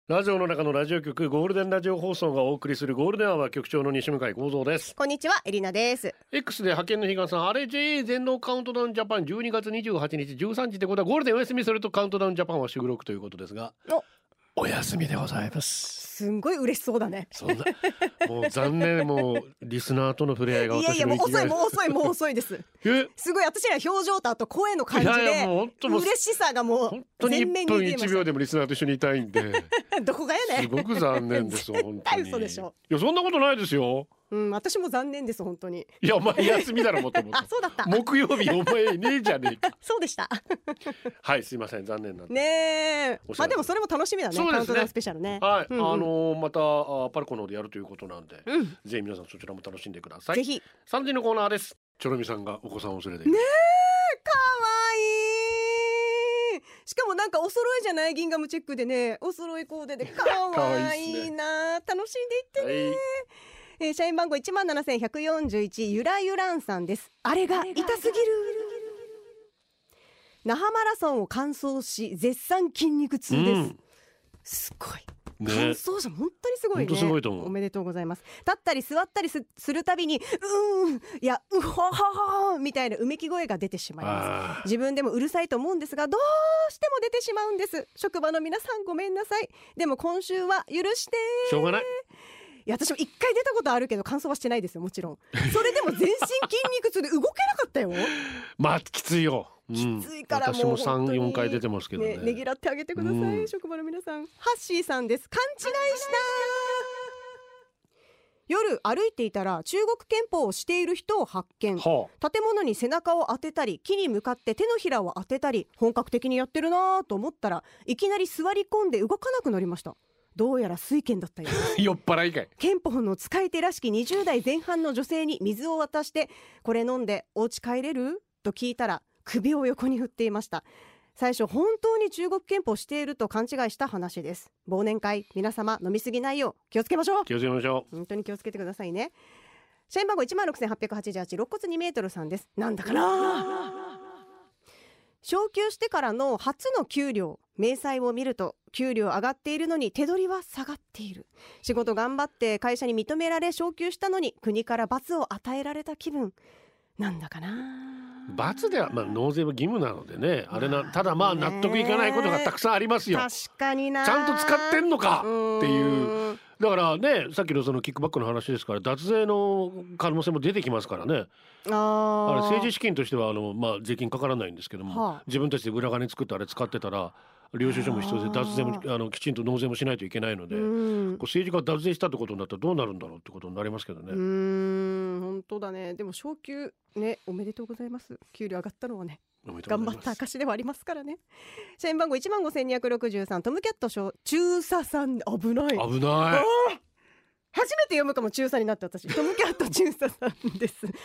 Speaker 1: ラジオの中のラジオ局ゴールデンラジオ放送がお送りするゴールデンアワー局長の西向井光三です
Speaker 2: こんにちは、エリナです。
Speaker 1: X で派遣の日がさんあれ JA 全農カウントダウンジャパン12月28日13時ってことはゴールデンお休みそれとカウントダウンジャパンは収録ということですがお休みでございます
Speaker 2: すんごい嬉しそうだね。
Speaker 1: そんなもう残念もうリスナーとの触れ合いが
Speaker 2: いやい
Speaker 1: 私
Speaker 2: や、
Speaker 1: の
Speaker 2: もう
Speaker 1: 生き
Speaker 2: 遅
Speaker 1: が
Speaker 2: い、
Speaker 1: い
Speaker 2: もう遅い、もう遅いです。
Speaker 1: え
Speaker 2: すごい、私ら表情とあと声の感じ
Speaker 1: いやいやもう本。
Speaker 2: で
Speaker 1: 当もう
Speaker 2: 嬉しさがも
Speaker 1: 本
Speaker 2: う
Speaker 1: 当に
Speaker 2: 全面
Speaker 1: 1
Speaker 2: に
Speaker 1: 分
Speaker 2: 出ま
Speaker 1: 1
Speaker 2: し
Speaker 1: 秒でもリスナーと一緒にいたいん で
Speaker 2: た。どこがや
Speaker 1: す
Speaker 2: ねん。
Speaker 1: ごく残念ですよ本当に
Speaker 2: 絶対嘘でしょ
Speaker 1: いやそんなことないですよ
Speaker 2: うん、私も残念です、本当に。
Speaker 1: いやお前休みだろもともと
Speaker 2: あ、そうだった。
Speaker 1: 木曜日お前いねえじゃねえか
Speaker 2: そうでした。
Speaker 1: はいすいません残念なんで、
Speaker 2: ね
Speaker 1: お。世
Speaker 2: え
Speaker 1: 話になります
Speaker 2: まあ、でも、それも楽しみだね。
Speaker 1: そうですね
Speaker 2: カウントダウンスペシャルね。
Speaker 1: はい、
Speaker 2: うんうん
Speaker 1: あのーまたあパルコの方でやるということなんで、
Speaker 2: うん、
Speaker 1: ぜひ皆さんそちらも楽しんでくださ
Speaker 2: ぜ
Speaker 1: い。
Speaker 2: ひ。
Speaker 1: 三時のコーナーです。チョロミさんがお子さんを連れて。
Speaker 2: ねかわいいしかもなんかお揃いじゃないギンガムチェックでねお揃いコーデでかわいいな楽しんでいってね
Speaker 1: はい。
Speaker 2: えー社員番号一万七千百四十一ゆらゆらんさんです。あれが痛すぎる。那覇マラソンを完走し絶賛筋肉痛です。
Speaker 1: うん
Speaker 2: すごい。
Speaker 1: ね
Speaker 2: 完走者本当にすごいね。
Speaker 1: 本当すごいと思う
Speaker 2: おめでとうございます。立ったり座ったりすするたびに、うーん、いや、うほほほみたいなうめき声が出てしまいます。
Speaker 1: あ
Speaker 2: 自分でもうるさいと思うんですがどうしても出てしまうんです職場の皆さんごめんなさいでも今週は許して
Speaker 1: ーしょうがない
Speaker 2: いや私も一回出たことあるけど感想はしてないですよもちろんそれでも全身筋肉痛で動けなかったよ
Speaker 1: まあきついよ、うん、
Speaker 2: きついからもう
Speaker 1: 私も
Speaker 2: 本当に
Speaker 1: 34回出てますけどね
Speaker 2: ねねぎらってあげてください、
Speaker 1: うん
Speaker 2: 職場の皆さんハッシーさんです勘違いした夜歩いていたら中国憲法をしている人を発見
Speaker 1: は
Speaker 2: 建物に背中を当てたり木に向かって手のひらを当てたり本格的にやってるなぁと思ったらいきなり座り込んで動かなくなりましたどうやら水拳だったようです
Speaker 1: あ、酔っ払 いかい
Speaker 2: 憲法の使い手らしき20代前半の女性に水を渡してこれ飲んでお家帰れると聞いたら首を横に振っていました最初本当に中国憲法していると勘違いした話です忘年会皆様飲みすぎないよう気をつけましょう
Speaker 1: 気をつけましょ
Speaker 2: 本当に気をつけてくださいね社員番号一万六千八百八十八肋骨二メートルさんですなんだかな昇給してからの初の給料明細を見ると給料上がっているのに手取りは下がっている仕事頑張って会社に認められ昇給したのに国から罰を与えられた気分なんだかな
Speaker 1: う罰では、まあ、納税は義務なのでねあれなただまあ
Speaker 2: ね
Speaker 1: 納得いかないことがたくさんありますよ
Speaker 2: 確かにな
Speaker 1: ちゃんと使ってんのかっていう
Speaker 2: うーん
Speaker 1: だからねさっきのそのキックバックの話ですから脱税の可能性も出てきますからねあ
Speaker 2: あ
Speaker 1: れ
Speaker 2: あ
Speaker 1: 政治資金としてはあの、まあ、税金かからないんですけども、
Speaker 2: はあ
Speaker 1: 自分たちで裏金作ってあれ使ってたら領収書も必要で
Speaker 2: あー
Speaker 1: 脱税もあのきちんと納税もしないといけないので、こ
Speaker 2: うん
Speaker 1: う政治家が脱税したってことになったらどうなるんだろうってことになりますけどね。
Speaker 2: うーん本当だねでも昇給ねおめでとうございます給料上がったのはね
Speaker 1: おめでとう
Speaker 2: 頑
Speaker 1: ご
Speaker 2: 張
Speaker 1: ざい
Speaker 2: っ
Speaker 1: ます
Speaker 2: た証ではありますからね社員番号1万5263トムキャット賞中佐さん危ない
Speaker 1: 危ない
Speaker 2: 初めて読むかも中佐になった私トムキャット中佐さんです悶絶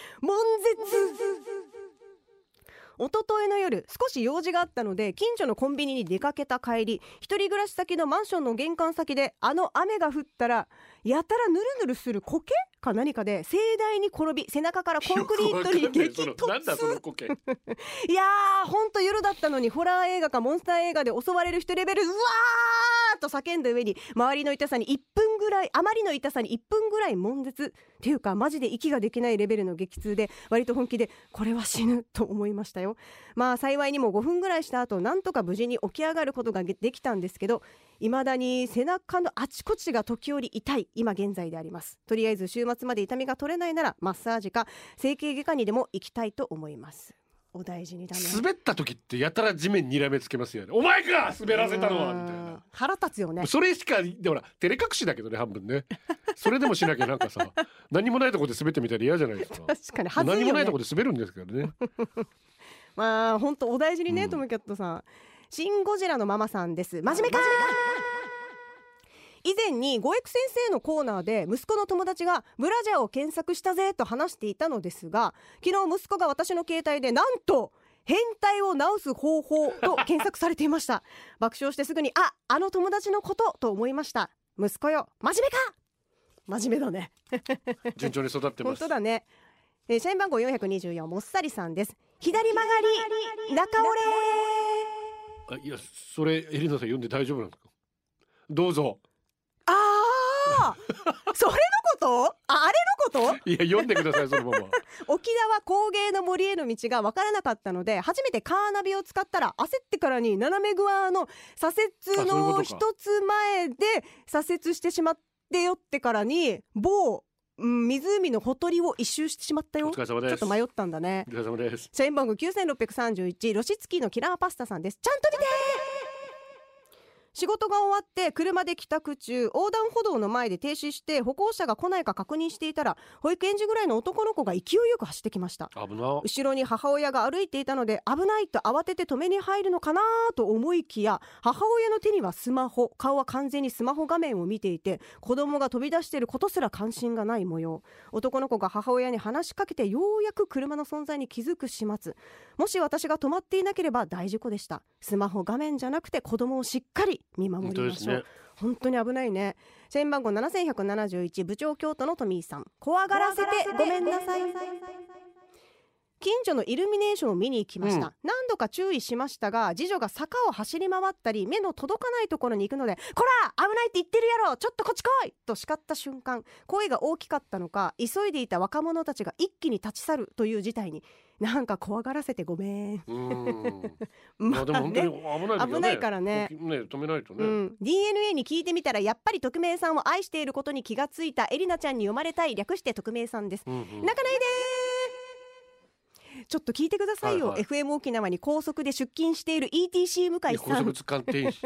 Speaker 2: 一昨日の夜少し用事があったので近所のコンビニに出かけた帰り一人暮らし先のマンションの玄関先であの雨が降ったらやたらぬるぬるする苔か何かで盛大に転び背中からコンクリートに激
Speaker 1: よくわかんないそのなんだそ
Speaker 2: 突
Speaker 1: のコケ
Speaker 2: いやーほんと夜だったのにホラー映画かモンスター映画で襲われる人レベルうわーと叫んだ上に周りの痛さに1分ぐらいあまりの痛さに1分ぐらい悶絶っていうかマジで息ができないレベルの激痛で割と本気でこれは死ぬと思いましたよまあ幸いにも5分ぐらいした後なんとか無事に起き上がることができたんですけど未だに背中のあちこちが時折痛い今現在でありますとりあえず週末まで痛みが取れないならマッサージか整形外科にでも行きたいと思いますお大事にだね
Speaker 1: 滑った時ってやたら地面にらめつけますよねお前か滑らせたのはみたい
Speaker 2: うん
Speaker 1: な
Speaker 2: 腹立つよね
Speaker 1: それしかでほら照れ隠しだけどね半分ねそれでもしなきゃなんか さ何もないとこで滑ってみたら嫌じゃないですか
Speaker 2: 確かに 恥ずい
Speaker 1: 何
Speaker 2: よ
Speaker 1: もない
Speaker 2: ね
Speaker 1: とこで滑るんですけど ね
Speaker 2: まあ本当お大事にね、
Speaker 1: うん
Speaker 2: トムキャットさんシン・ゴジラのママさんです真面目か以前にゴエク先生のコーナーで息子の友達がブラジャーを検索したぜと話していたのですが昨日息子が私の携帯でなんと変態を治す方法と検索されていました 爆笑してすぐにああの友達のことと思いました息子よ真面目か真面目だね
Speaker 1: 順調に育ってま
Speaker 2: 本
Speaker 1: す
Speaker 2: 当だね、えー、社員番号424もっさりさんです左曲がり中折れ
Speaker 1: あいやそれエリナさん読んで大丈夫なんですかどうぞ
Speaker 2: ああそれのことああれのこ
Speaker 1: いや読んでくださ いそのまま
Speaker 2: と沖縄工芸の森への道が分からなかったので初めてカーナビを使ったら焦ってからに斜め側の左折
Speaker 1: あそういうこ
Speaker 2: の
Speaker 1: とか
Speaker 2: 一つ前で左折してしまってよってからに某、うん、湖のほとりを一周してしまった
Speaker 1: お
Speaker 2: よ
Speaker 1: 疲れ様
Speaker 2: ち
Speaker 1: で
Speaker 2: ょっ
Speaker 1: す
Speaker 2: と迷ったんだね
Speaker 1: お疲れ様です
Speaker 2: 社員番号9631ロシツキーのキラーパスタさんですちゃんと見て仕事が終わって車で帰宅中横断歩道の前で停止して歩行者が来ないか確認していたら保育園児ぐらいの男の子が勢いよく走ってきました
Speaker 1: 危な
Speaker 2: 後ろに母親が歩いていたので危ないと慌てて止めに入るのかなと思いきや母親の手にはスマホ顔は完全にスマホ画面を見ていて子供が飛び出していることすら関心がない模様男の子が母親に話しかけてようやく車の存在に気づく始末もし私が止まっていなければ大事故でしたスマホ画面じゃなくて子供をしっかり見守
Speaker 1: 本
Speaker 2: りましょう、
Speaker 1: 当ですね
Speaker 2: 本当に危ないね社員番号7171部長京都の富井さん怖がらせてごめんなさい近所のイルミネーションを見に行きました、
Speaker 1: うん
Speaker 2: 何度か注意しましたが次女が坂を走り回ったり目の届かないところに行くので「こら危ないって言ってるやろちょっとこっち来い!」と叱った瞬間声が大きかったのか急いでいた若者たちが一気に立ち去るという事態になんか怖がらせてごめん。
Speaker 1: うーん。 ま
Speaker 2: ま
Speaker 1: あでも
Speaker 2: あ
Speaker 1: 本当
Speaker 2: ね
Speaker 1: に危ない時はね。
Speaker 2: 危ないからね
Speaker 1: 起きね止めないとね。
Speaker 2: うん DNA に聞いてみたらやっぱり匿名さんを愛していることに気がついたエリナちゃんに読まれたい略して匿名さんです、
Speaker 1: うんうん
Speaker 2: 泣かないでーちょっと聞いてくださいよ、
Speaker 1: はいはい
Speaker 2: FM 沖縄に高速で出勤している ETC 向
Speaker 1: い
Speaker 2: 井
Speaker 1: や高
Speaker 2: さん
Speaker 1: 速使っていいし。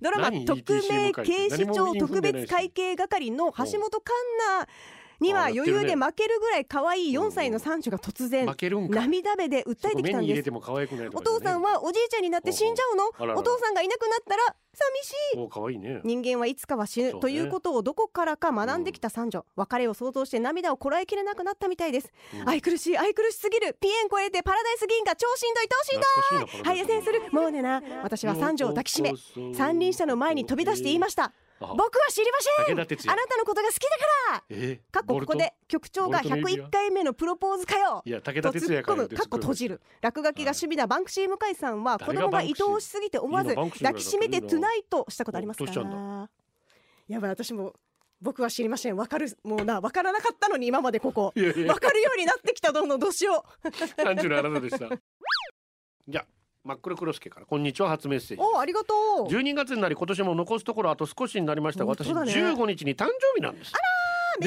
Speaker 2: ドラマ
Speaker 1: 何
Speaker 2: 「特
Speaker 1: ETC 向井
Speaker 2: 命
Speaker 1: って
Speaker 2: 警視庁特別会計係」の橋本環奈には
Speaker 1: あやってる
Speaker 2: 余
Speaker 1: ね
Speaker 2: 裕で負けるぐらい可愛い4歳の三女が突然
Speaker 1: 負けるんか。
Speaker 2: 涙目で訴えてき
Speaker 1: 目
Speaker 2: たん
Speaker 1: に入れ
Speaker 2: です
Speaker 1: ても可愛くないとか
Speaker 2: お父さん
Speaker 1: は。
Speaker 2: はおじいちゃんになって死んじゃう
Speaker 1: ほうほうあら
Speaker 2: の
Speaker 1: ら
Speaker 2: お父さんがいなくなったら寂しい
Speaker 1: お可愛いね。
Speaker 2: 人間はいつかは死ぬ、
Speaker 1: そうね
Speaker 2: ということをどこからか学んできた三女、別れを想像して涙をこらえきれなくなったみたいです、
Speaker 1: うん
Speaker 2: 愛くるしい愛くるしすぎるピエン超えてパラダイス銀河超しんどい超しんど
Speaker 1: 懐かしい
Speaker 2: い
Speaker 1: な。
Speaker 2: はい、せんする。もうねな私は三女を抱きしめ三輪車の前に飛び出して言いま
Speaker 1: し
Speaker 2: した
Speaker 1: た
Speaker 2: 僕は知りません
Speaker 1: 武田鉄
Speaker 2: あ
Speaker 1: 矢
Speaker 2: なたのことが好きだから
Speaker 1: え
Speaker 2: かっこここで局長が
Speaker 1: ボルトの指輪
Speaker 2: 101回目のプロポーズかよ
Speaker 1: いや武
Speaker 2: と
Speaker 1: 田
Speaker 2: 突
Speaker 1: 鉄
Speaker 2: っ
Speaker 1: 矢か
Speaker 2: 込
Speaker 1: ら
Speaker 2: むかっこ閉じる落書きが趣味なバンクシー向井さんは子
Speaker 1: 誰が
Speaker 2: 供が
Speaker 1: バ
Speaker 2: 愛
Speaker 1: ンクシー
Speaker 2: おしすぎて思わず
Speaker 1: いいなバンクシーぐら
Speaker 2: 抱
Speaker 1: いだ
Speaker 2: きしめて
Speaker 1: いい
Speaker 2: ト
Speaker 1: な
Speaker 2: ゥナイトしたことあります
Speaker 1: お
Speaker 2: か
Speaker 1: どうした
Speaker 2: やばい私も僕は知りませんわかるもうなわからなかったのに今までここ
Speaker 1: いやいや
Speaker 2: わかるようになってきたどんどんどうしよう
Speaker 1: 三十のあなたでした。じゃあマックルクロスケからこんにちは初メッセージ。
Speaker 2: おありがとう
Speaker 1: 12月になり今年も残すところあと少しになりましたが
Speaker 2: 本
Speaker 1: 私
Speaker 2: 当だね
Speaker 1: 15日に誕生日なんです。
Speaker 2: め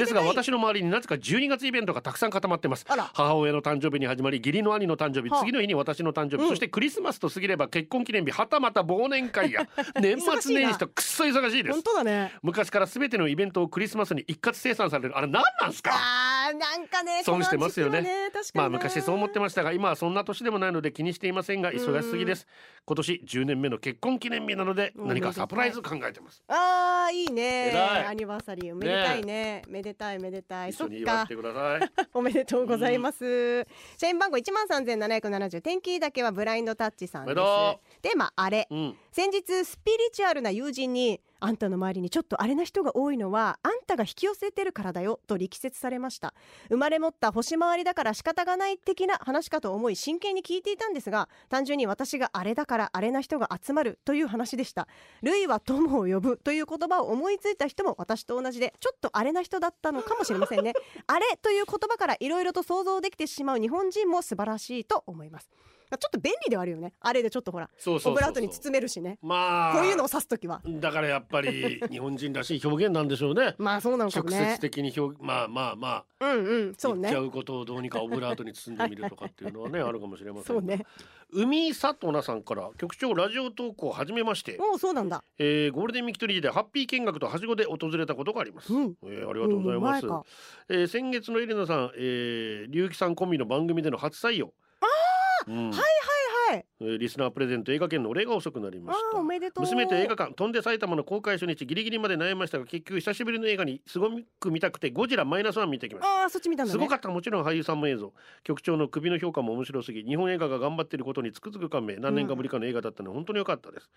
Speaker 1: で
Speaker 2: ですた
Speaker 1: が
Speaker 2: い
Speaker 1: 私の周りになぜか12月イベントがたくさん固まってます
Speaker 2: あら
Speaker 1: 母親の誕生日に始まり義理の兄の誕生日
Speaker 2: はあ
Speaker 1: 次の日に私の誕生日、
Speaker 2: うん
Speaker 1: そしてクリスマスと過ぎれば結婚記念日はたまた忘年会 や年末年始とくっそ忙しいで
Speaker 2: 本
Speaker 1: す
Speaker 2: 当だね
Speaker 1: 昔から全てのイベントをクリスマスに一括生産されるあれ何なんすか
Speaker 2: あーなんかね
Speaker 1: 損してますよね
Speaker 2: この時期は確かに
Speaker 1: まあ昔そう思って
Speaker 2: ま
Speaker 1: ましたが今はそんな年でもないので気にしていませんが忙しすぎです今年10年目の結婚記念日なので
Speaker 2: うん
Speaker 1: 何かサプライズ考えてます
Speaker 2: あーいいね
Speaker 1: 偉い
Speaker 2: アニバーサリーおめでたいねめでたいめでたい
Speaker 1: 一
Speaker 2: そ
Speaker 1: 緒
Speaker 2: っ
Speaker 1: に祝
Speaker 2: か
Speaker 1: ってください
Speaker 2: おめでとうございます。社員番号一万三千七百七十。天気だけはブラインドタッチさんで。
Speaker 1: おめです
Speaker 2: テーマあれ
Speaker 1: う。ん
Speaker 2: 先日スピリチュアルな友人にあんたの周りにちょっとあれな人が多いのはあんたが引き寄せてるからだよと力説されました生まれ持った星回りだから仕方がない的な話かと思い真剣に聞いていたんですが単純に私があれだからあれな人が集まるという話でした類は友を呼ぶという言葉を思いついた人も私と同じでちょっとあれな人だったのかもしれませんね あれという言葉からいろいろと想像できてしまう日本人も素晴らしいと思いますちょっと便利ではあるよねあれでちょっとほら
Speaker 1: そう
Speaker 2: オ
Speaker 1: そうそうそう
Speaker 2: ブラートに包めるしね
Speaker 1: まあ
Speaker 2: こういうのを指すときは。
Speaker 1: だからやっぱり日本人らしい表現なんでしょうね。
Speaker 2: まあそうなのかも
Speaker 1: 直
Speaker 2: ね
Speaker 1: 接。的に表まあまあまあ
Speaker 2: うんうん、そう
Speaker 1: 言っちゃ
Speaker 2: ね。
Speaker 1: うことをどうにかオブラートに包んでみるとかっていうのはねあるかもしれませんが
Speaker 2: そうね。
Speaker 1: 海里奈さんから局長ラジオ投稿はじめまして、
Speaker 2: おうそうなんだ。
Speaker 1: えー、ゴールデンミキトリーでハッピー見学とはしごで訪れたことがあります、
Speaker 2: うん
Speaker 1: えーありがとうございます、
Speaker 2: うん前か
Speaker 1: えー先月のエレナさん、えー、龍木さん込みの番組での初採用ああ、うん
Speaker 2: はいはい。
Speaker 1: えーリスナープレゼント映画券のお礼が遅くなり
Speaker 2: あ
Speaker 1: まし
Speaker 2: あ
Speaker 1: た
Speaker 2: おめでとう。
Speaker 1: 娘と映画館飛んで埼玉の公開初日ギリギリまで悩みましたが結局久しぶりの映画にすごく見たくてゴジラマイナスワン見てきまし
Speaker 2: ああそっち見た
Speaker 1: た
Speaker 2: んだ
Speaker 1: す
Speaker 2: ね。
Speaker 1: ごかったもちろん俳優さんも映像局長の首の評価も面白すぎ日本映画が頑張っていることにつくづく感銘何年かぶりかの映画だったので本当に良かったです、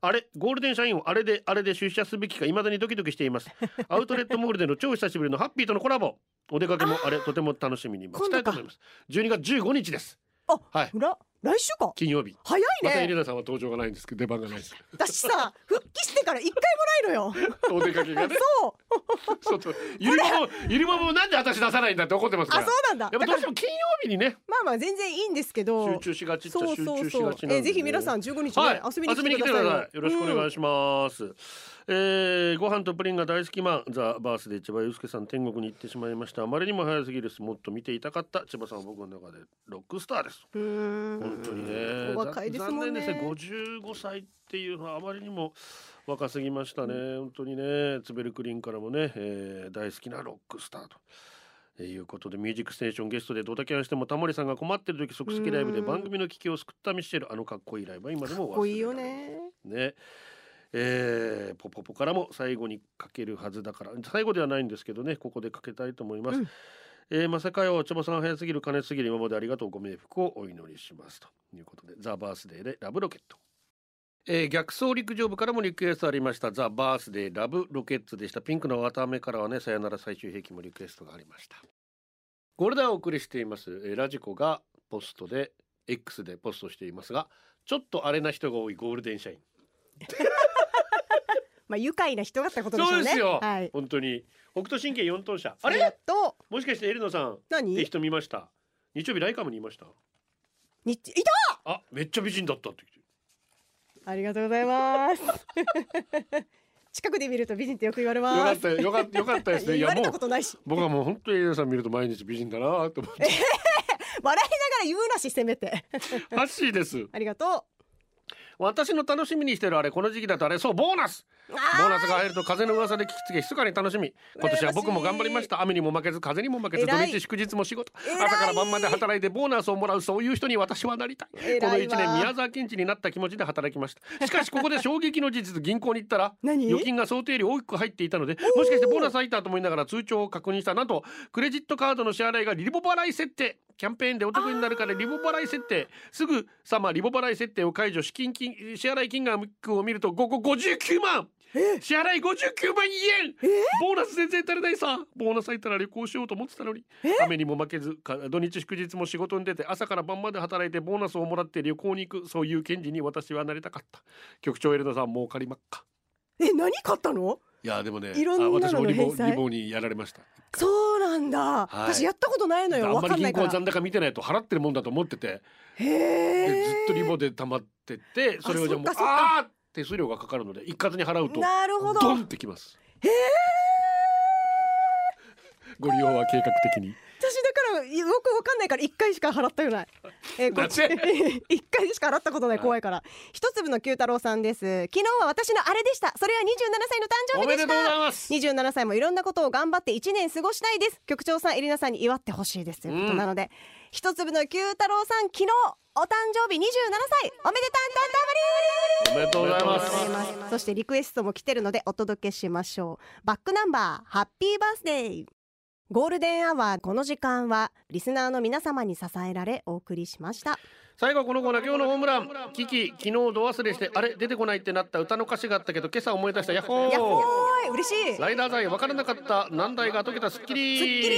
Speaker 1: あれゴールデン社員をあれであれで出社すべきか未だにドキドキしてい ますアウトレットモールでの超久しぶりのハッピーとのコラボお出かけもあれとても楽しみに待ちたいと思います12月15日です
Speaker 2: あ
Speaker 1: はい
Speaker 2: 裏来週か。
Speaker 1: 金曜日
Speaker 2: 早い
Speaker 1: またエレ
Speaker 2: ね。
Speaker 1: ナさんは登場がないんですけど 出番がないです
Speaker 2: 私さ復帰してから一回もないのよ。
Speaker 1: お出かけがね
Speaker 2: そう。
Speaker 1: ちょっとゆりマもゆりマもなんで私出さないんだって怒ってますか
Speaker 2: あ
Speaker 1: ら。
Speaker 2: そう
Speaker 1: や
Speaker 2: なんだ。
Speaker 1: っぱどうしても金曜日にね
Speaker 2: まあまあ全然いいんですけ
Speaker 1: 集
Speaker 2: ど。
Speaker 1: 中しがちっちゃ
Speaker 2: そう
Speaker 1: 集
Speaker 2: そ
Speaker 1: 中
Speaker 2: う
Speaker 1: し
Speaker 2: そ
Speaker 1: が
Speaker 2: う
Speaker 1: ち。なんで、ね。
Speaker 2: えぜひ皆さん15日ね、
Speaker 1: はい
Speaker 2: 遊びに来てくださいよ。
Speaker 1: よろしくお願い
Speaker 2: し
Speaker 1: します。えーご飯とプリンが大好きマンザバースで千葉祐介さん天国に行ってしまいました。あまりにも早すぎです。もっと見ていたかった千葉さんは僕の中でロックスターです。
Speaker 2: ます。うん。
Speaker 1: 本当にね。
Speaker 2: お若いですもんね
Speaker 1: ざ残念ですね。55歳っていうのはあまりにも若すぎましたね。本当にね。ツベルクリンからもね、えー大好きなロックスターと。いうことで「ミュージックステーション」ゲストでドタキャンしてもタモリさんが困ってる時即席ライブで
Speaker 2: うん
Speaker 1: 番組の危機を救ったミシェルあのかっこいいライブは今でも忘れられ
Speaker 2: かっ
Speaker 1: な
Speaker 2: こいいよね。
Speaker 1: ねえーポポポからも最後にかけるはずだから最後ではないんですけどねここでかけたいと思います、
Speaker 2: うん
Speaker 1: えーまさかよ千葉さん早すぎる金すぎる今までありがとうご冥福をお祈りしますということでザ・バースデーでラブロケットえー逆走陸上部からもリクエストありました「ザ・バースデー・ラブ・ロケッツ」でしたピンクの綿めからはね「さよなら最終兵器」もリクエストがありましたゴールデンをお送りしています、えーラジコがポストで X でポストしていますがちょっとあれな人が多いゴールデン社員
Speaker 2: まあ愉快な人だったことでしょ
Speaker 1: そうう
Speaker 2: ね
Speaker 1: ですよ、
Speaker 2: はい
Speaker 1: 本当に北斗神経四等車あ
Speaker 2: えっ
Speaker 1: れ
Speaker 2: と
Speaker 1: もしかしてエルノさん
Speaker 2: 何
Speaker 1: って人見ました日曜日ライカムにいました
Speaker 2: 日いた
Speaker 1: あめっちゃ美人だったって言って
Speaker 2: ありがとうございます。 近くで見ると美人ってよく言われ
Speaker 1: よか
Speaker 2: ま
Speaker 1: っ
Speaker 2: す。
Speaker 1: たよかったよかった ですねい
Speaker 2: 言
Speaker 1: や
Speaker 2: われ
Speaker 1: も
Speaker 2: た
Speaker 1: う
Speaker 2: ことないし、
Speaker 1: 僕はもう本当にエルノさん見ると毎日美人だなと 思って
Speaker 2: 笑いながら言うなし、せめて。
Speaker 1: ハッシーです
Speaker 2: ありがと
Speaker 1: 私の楽しみにしてるあれこの時期だとあれそうボーナス
Speaker 2: う。
Speaker 1: ボーナ
Speaker 2: あ
Speaker 1: スが入ると風の噂で聞きつけ密かに楽しみ今年は僕も頑張りました雨にも負けず風にも負けず土
Speaker 2: 偉い
Speaker 1: 日祝日も仕事
Speaker 2: 偉い
Speaker 1: 朝から晩まで働いてボーナスをもらうそういう人に私はなりたい
Speaker 2: 偉い
Speaker 1: こ
Speaker 2: わ
Speaker 1: の1年宮沢賢治になった気持ちで働きましたしかしここで衝撃の事実銀行に行ったら
Speaker 2: 何
Speaker 1: 預金が想定より大きく入っていたのでもしかしてボーナス入ったと思いながら通帳を確認したなんとクレジットカードの支払いがリボ払い設定キャンペーンでお得になるからリボ払い設定すぐさまリボ払い設定を解除資金金支払い金額を見るとここ59万支払い59万円ボーナス全然足りないさボーナス入ったら旅行しようと思ってたのに雨にも負けずか土日祝日も仕事に出て朝から晩まで働いてボーナスをもらって旅行に行くそういう検事に私はなりたかった局長エルナさん儲かりまっか
Speaker 2: え、何買ったの？
Speaker 1: いやでもね
Speaker 2: いろんなのの
Speaker 1: あ私もリボ
Speaker 2: 返済
Speaker 1: リボにやられました
Speaker 2: そうなんだ。
Speaker 1: はい
Speaker 2: 私やったことないのよ。
Speaker 1: あん
Speaker 2: わ
Speaker 1: ま
Speaker 2: か
Speaker 1: り
Speaker 2: ん
Speaker 1: 銀
Speaker 2: ないか
Speaker 1: 行
Speaker 2: ら。
Speaker 1: 残高見てないと払ってるもんだと思ってて
Speaker 2: へ
Speaker 1: で
Speaker 2: え。
Speaker 1: ずっとリボで溜まっててそれをじゃあもう
Speaker 2: そっかそっか
Speaker 1: あー手数料がかかるので一括に払うと
Speaker 2: なるほど。
Speaker 1: ドンってきますご利用は計画的に
Speaker 2: 私だからよくわかんないから一回しか払ったくない。えー、こっち
Speaker 1: だっ
Speaker 2: 一回しか払ったことない
Speaker 1: はい
Speaker 2: 怖いから。一粒の九太郎さんです。昨日は私のあれでした。それは二十七歳の誕生
Speaker 1: お
Speaker 2: 日
Speaker 1: め
Speaker 2: で
Speaker 1: で
Speaker 2: し
Speaker 1: とうござい
Speaker 2: た。
Speaker 1: ます
Speaker 2: 二十七歳もいろんなことを頑張って一年過ごしたいです。局長さんエリナさんに祝ってほしいですということなので、一粒の九太郎さん昨日お誕生日二十七歳おめでたんたんたんばり
Speaker 1: おめでとうございます
Speaker 2: ございますそしてリクエストも来てるのでお届けしましょうバックナンバーハッピーバースデーゴールデンアワーこの時間はリスナーの皆様に支えられお送りしました
Speaker 1: 最後はこのコーナー今日のホームランキキ昨日ど忘れしてあれ出てこないってなった歌の歌詞があったけど今朝思い出したヤッホー
Speaker 2: やっほーい嬉しいすっ
Speaker 1: ライダー剤分からなかった難題が解けたスッキリ
Speaker 2: きり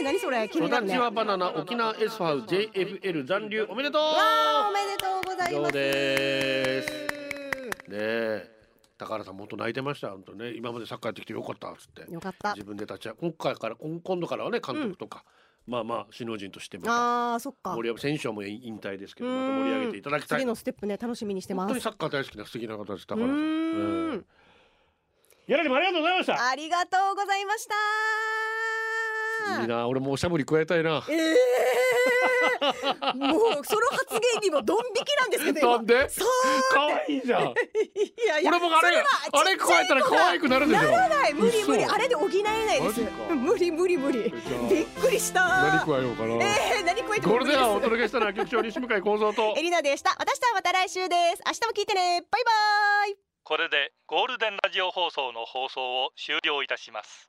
Speaker 2: ー何それ気にな
Speaker 1: 育
Speaker 2: るね
Speaker 1: ち
Speaker 2: わ
Speaker 1: はバナナ沖縄 S ファウ JFL 残留おめでとう
Speaker 2: あおめでとうござい
Speaker 1: 以
Speaker 2: ま
Speaker 1: 上
Speaker 2: す
Speaker 1: ですねえ高原さんもっと泣いてましたよ本当ね今までサッカーやってきてよかったっつって
Speaker 2: よかった
Speaker 1: 自分で立ち上今回から今今度からはね監督とか、まあまあ首脳陣としても
Speaker 2: あーそっか
Speaker 1: 森山選手はもう引退ですけど
Speaker 2: う
Speaker 1: ま
Speaker 2: ん
Speaker 1: た盛り上げていただきたい
Speaker 2: 次のステップね楽しみにして
Speaker 1: 本
Speaker 2: ま
Speaker 1: 当に
Speaker 2: す
Speaker 1: サッカー大好きな素敵な方です高
Speaker 2: う
Speaker 1: 原さん
Speaker 2: ーん
Speaker 1: やらにもありがとうございました
Speaker 2: ありがとうございました
Speaker 1: いいな俺もおしゃぶり加えたいな
Speaker 2: ええもうその発言にもドン引きなんですけど今
Speaker 1: なんで
Speaker 2: そ
Speaker 1: 可愛いじゃ ん
Speaker 2: ういやいや
Speaker 1: 俺もあれあれ加えたら可愛くなるでしょ
Speaker 2: ならない無理無理
Speaker 1: 嘘
Speaker 2: あれで補えないです
Speaker 1: マジか
Speaker 2: 無理無理無理
Speaker 1: じゃあ
Speaker 2: びっくりした
Speaker 1: 何加えようかな、
Speaker 2: えー、何食えても
Speaker 1: ゴールデンアワーを
Speaker 2: 無
Speaker 1: お
Speaker 2: 理
Speaker 1: 届け
Speaker 2: です
Speaker 1: したのは局長西向井光三と
Speaker 2: エリナでした私とはまた来週です明日も聞いてねバイバイ
Speaker 3: これでゴールデンラジオ放送の放送を終了いたします